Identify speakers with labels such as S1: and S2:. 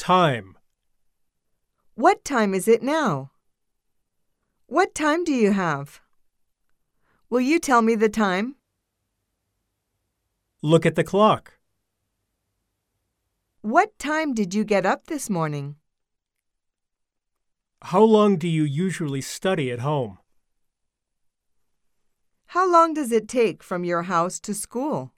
S1: time?
S2: What time is it now? What time do you have? Will you tell me the time?
S1: Look at the clock.
S2: What time did you get up this morning?
S1: How long do you usually study at home?
S2: How long does it take from your house to school?